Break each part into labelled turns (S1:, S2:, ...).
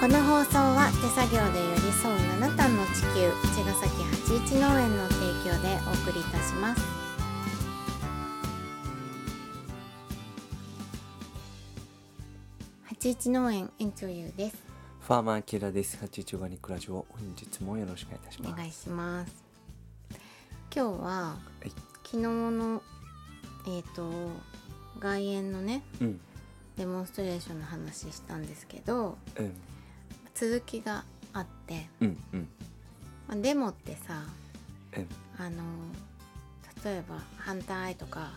S1: この放送は手作業で寄り添う七段の地球茅ヶ崎八一農園の提供でお送りいたします八一農園園長ゆうです
S2: ファーマーキラです。八丁ガニックラジオ、本日もよろしくお願いいたし
S1: お
S2: ます。
S1: 願いします今日は
S2: はい
S1: 昨日のえっ、と外苑のね
S2: うん、
S1: デモンストレーションの話したんですけど
S2: うん、
S1: 続きがあって、
S2: うん、うん、
S1: まあ、デモってさ
S2: うん、
S1: あの例えば反対とか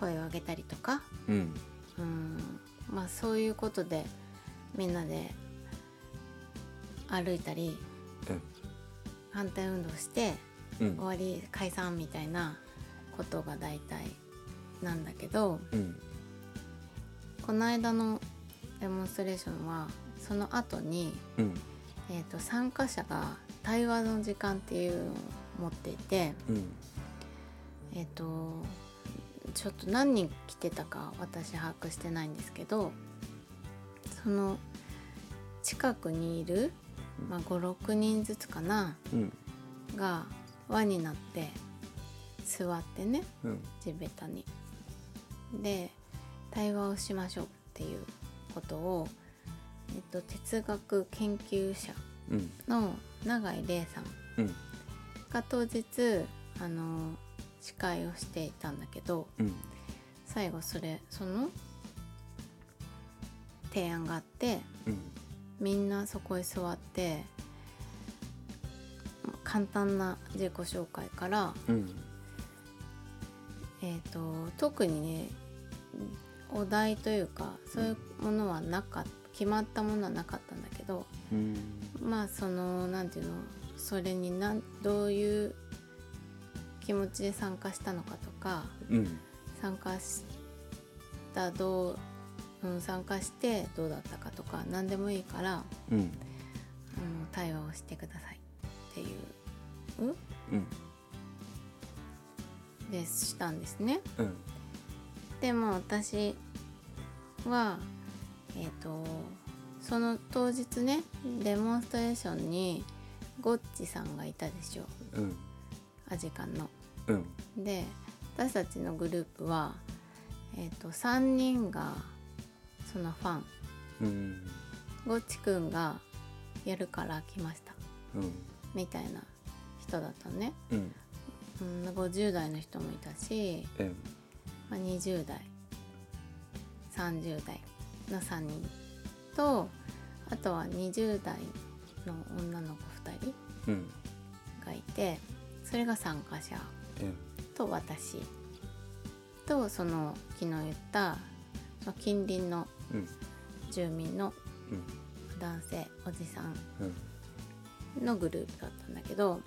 S1: 声を上げたりとか
S2: うん、
S1: うんまあそういうことでみんなで歩いたり反対運動して
S2: うん、
S1: 終わり解散みたいなことが大体なんだけど
S2: うん、
S1: この間のデモンストレーションはその後に、
S2: うん、
S1: えー、と参加者が対話の時間っていうのを持っていて。
S2: うん、
S1: えっ、とちょっと何人来てたか私把握してないんですけどその近くにいる、まあ、56人ずつかな
S2: うん、
S1: が輪になって座ってね
S2: うん、
S1: 地べたに。で対話をしましょうっていうことを、えっと、哲学研究者
S2: うん、
S1: の永井玲さん
S2: うん、
S1: が当日あの司会をしていたんだけど
S2: うん、
S1: 最後それその提案があって
S2: うん、
S1: みんなそこへ座って簡単な自己紹介から、
S2: うん、
S1: えー、と特にねお題というかそういうものはなかっ決まったものはなかったんだけど
S2: うん、
S1: まあそのなんていうのそれになんどういう気持ちで参加したのかとか
S2: うん、
S1: 参加したどう、うん、参加してどうだったかとか何でもいいから、あ
S2: うん、
S1: の対話をしてくださいっていう、う
S2: うん、
S1: でしたんですね。
S2: うん、
S1: でも私はえっ、とその当日ねデモンストレーションにゴッチさんがいたでしょ
S2: うん、
S1: アジカンの。
S2: うん、
S1: で私たちのグループは、えー、と3人がそのファン
S2: うん、
S1: ゴッチくんがやるから来ました
S2: うん、
S1: みたいな人だったのね、
S2: うん、
S1: うん、50代の人もいたし、
S2: うん、
S1: まあ、20代30代の3人とあとは20代の女の子2人
S2: うん、
S1: がいてそれが参加者と私とその昨日言ったその近隣の
S2: うん、
S1: 住民の
S2: うん、
S1: 男性おじさん
S2: うん、
S1: のグループだったんだけど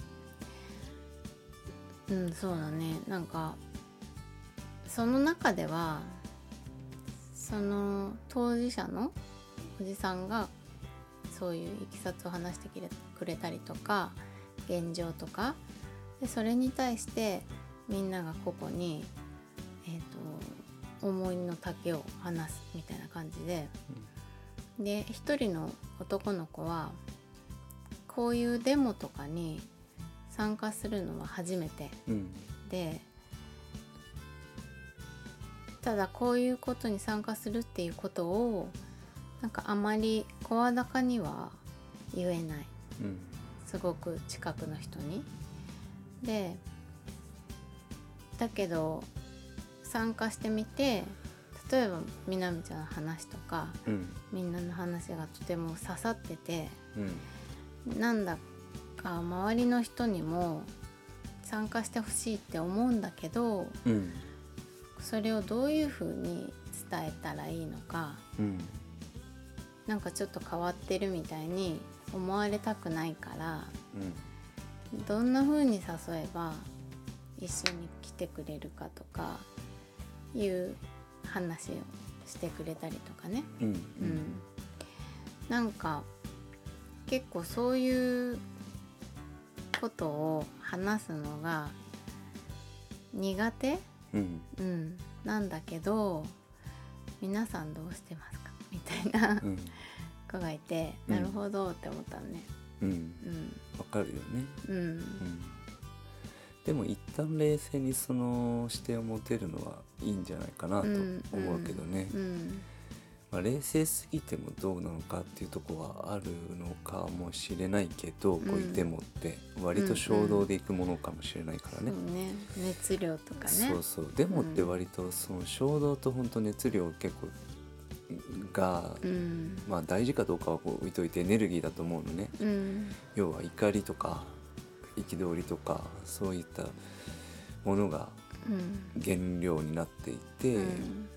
S1: うんそうだねなんかその中ではその当事者のおじさんがそういういきさつを話してきれくれたりとか現状とかでそれに対してみんなが個々に、えー、と思いの丈を話すみたいな感じで、で一人の男の子はこういうデモとかに参加するのは初めて
S2: うん、
S1: でただこういうことに参加するっていうことをなんかあまり声高には言えない
S2: うん、
S1: すごく近くの人に。でだけど参加してみて例えばみなみちゃんの話とか
S2: うん、
S1: みんなの話がとても刺さってて
S2: うん、
S1: なんだか周りの人にも参加してほしいって思うんだけど
S2: うん、
S1: それをどういうふうに伝えたらいいのか
S2: うん、
S1: なんかちょっと変わってるみたいに思われたくないから
S2: うん、
S1: どんな風に誘えば一緒に来てくれるかとかいう話をしてくれたりとかね。
S2: うん、
S1: う
S2: うんん、
S1: なんか結構そういうことを話すのが苦手、
S2: うん、
S1: うん、なんだけど皆さんどうしてますかみたいな
S2: うん、
S1: 家がいて、
S2: うん
S1: なるほどって思ったのね
S2: うん
S1: うん
S2: わかるよね、
S1: うん
S2: うん、でも一旦冷静にその視点を持てるのはいいんじゃないかなと思うけどね、
S1: うん
S2: まあ、冷静すぎてもどうなのかっていうとこはあるのかもしれないけど、
S1: ん
S2: こういうデモって割と衝動でいくものかもしれないからね。
S1: そうね熱量とかね
S2: そうそうデモって割とその衝動と本当熱量結構が、
S1: うん
S2: まあ、大事かどうかはこう置いといてエネルギーだと思うのね
S1: うん
S2: 要は怒りとか憤りとかそういったものが
S1: うん
S2: 原料になっていて、
S1: うん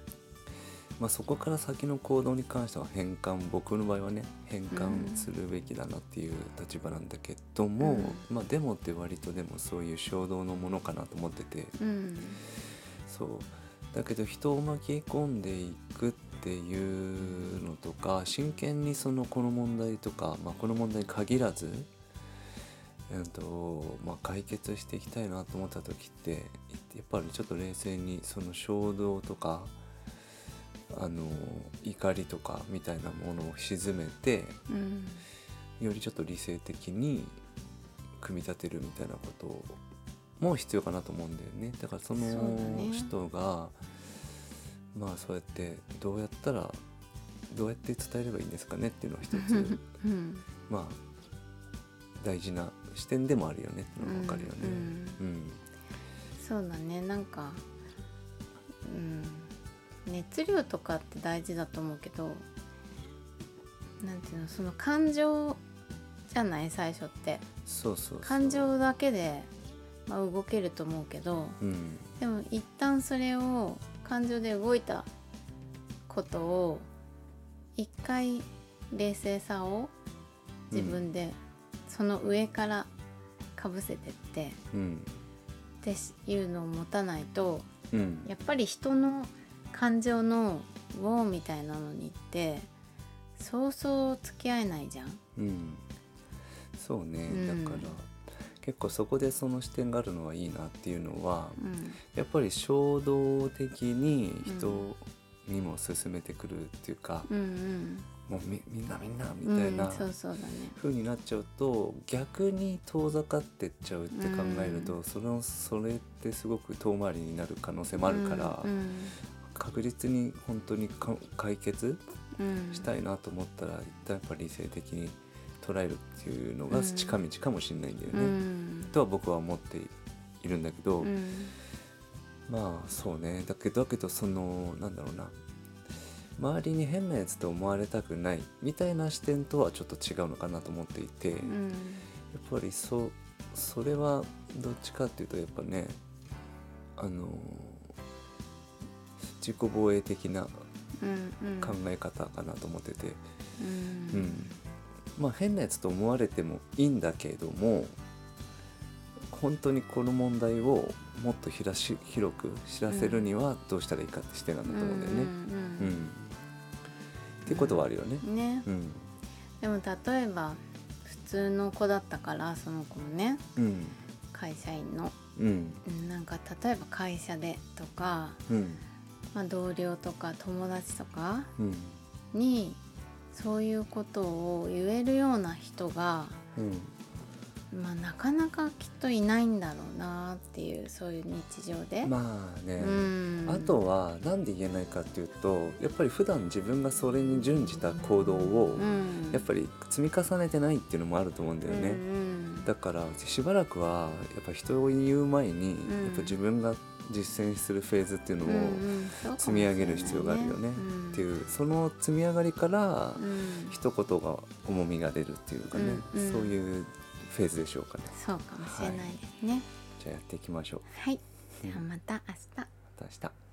S2: まあ、そこから先の行動に関しては変換僕の場合はね変換するべきだなっていう立場なんだけども、まあ、デモって割とでもそういう衝動のものかなと思ってて
S1: うん
S2: そうだけど人を巻き込んでいくっていうのとか真剣にそのこの問題とか、まあ、この問題に限らず、うんとまあ、解決していきたいなと思った時ってやっぱりちょっと冷静にその衝動とかあの怒りとかみたいなものを沈めて
S1: うん
S2: よりちょっと理性的に組み立てるみたいなことも必要かなと思うんだよねだから
S1: そ
S2: そ
S1: うだ
S2: の
S1: ね
S2: 人が、まあそうやってどうやったらどうやって伝えればいいんですかねっていうのは一 つ
S1: うん
S2: まあ大事な視点でもあるよねっていうのが分かるよね。
S1: うん
S2: うん
S1: そうだねなんかうん熱量とかって大事だと思うけどなんていうのその感情じゃない最初って
S2: そうそうそう
S1: 感情だけで、まあ、動けると思うけど
S2: うん
S1: でも一旦それを感情で動いたことを一回冷静さを自分でその上からかぶせてって、
S2: うん
S1: っていうのを持たないと
S2: うん
S1: やっぱり人の感情の「ウォー」みたいなのにってそうそう付き合えないじゃん。
S2: うん、そうね、
S1: うん
S2: だから結構そこでその視点があるのはいいなっていうのは、
S1: うん
S2: やっぱり衝動的に人にも進めてくるっていうか、
S1: うん
S2: もうみみんなみんな
S1: うん、
S2: みたいな
S1: うん、そうそうだね。
S2: 風になっちゃうと逆に遠ざかってっちゃうって考えると、
S1: う
S2: それをそれってすごく遠回りになる可能性もあるから、
S1: うん
S2: 確実に本当にか解決
S1: うんうん、
S2: したいなと思ったら、一旦やっぱり理性的に捉えるっていうのが
S1: うん
S2: 近道かもしれないんだよね、
S1: うん
S2: とは僕は思っているんだけど。
S1: うん
S2: まあそうねだけどだけどそのなんだろうな周りに変なやつと思われたくないみたいな視点とはちょっと違うのかなと思っていて、
S1: う
S2: やっ
S1: ん
S2: ぱりそそれはどっちかっていうとやっぱねあの自己防衛的な
S1: うんうん
S2: 考え方かなと思ってて、
S1: う
S2: うん
S1: ん
S2: まあ変なやつと思われてもいいんだけれども本当にこの問題をもっとひらし広く知らせるにはどうしたらいいかって視点なんだと思うんだよね。うん
S1: うん
S2: ってことはあるよね。
S1: うんね
S2: うん
S1: でも例えば普通の子だったからその子もね
S2: うん
S1: 会社員の
S2: うん
S1: うんなんか例えば会社でとか、
S2: うん
S1: まあ、同僚とか友達とか
S2: うん
S1: にそういうことを言えるような人が、
S2: うん
S1: まあ、なかなかきっといないんだろうなっていうそういう日常で。
S2: まあね、
S1: うん、
S2: あとはなんで言えないかっていうとやっぱり普段自分がそれに準じた行動を
S1: うん、
S2: やっぱり積み重ねてないっていうのもあると思うんだよね。
S1: うん
S2: だからしばらくはやっぱ人を言う前
S1: ん
S2: に、やっぱ自分が実践するフェーズっていうの
S1: うん
S2: を
S1: うんそうかもしれな
S2: 積み
S1: い
S2: 上げる必要があるよね、
S1: うん
S2: っていうその積み上がりから
S1: うん
S2: 一言が重みが出るっていうかね、
S1: うんうん
S2: そういうフェーズでしょうかね
S1: そうかもしれないですね。
S2: じゃあやっていきましょう
S1: はい、ではまた明日。
S2: また明日。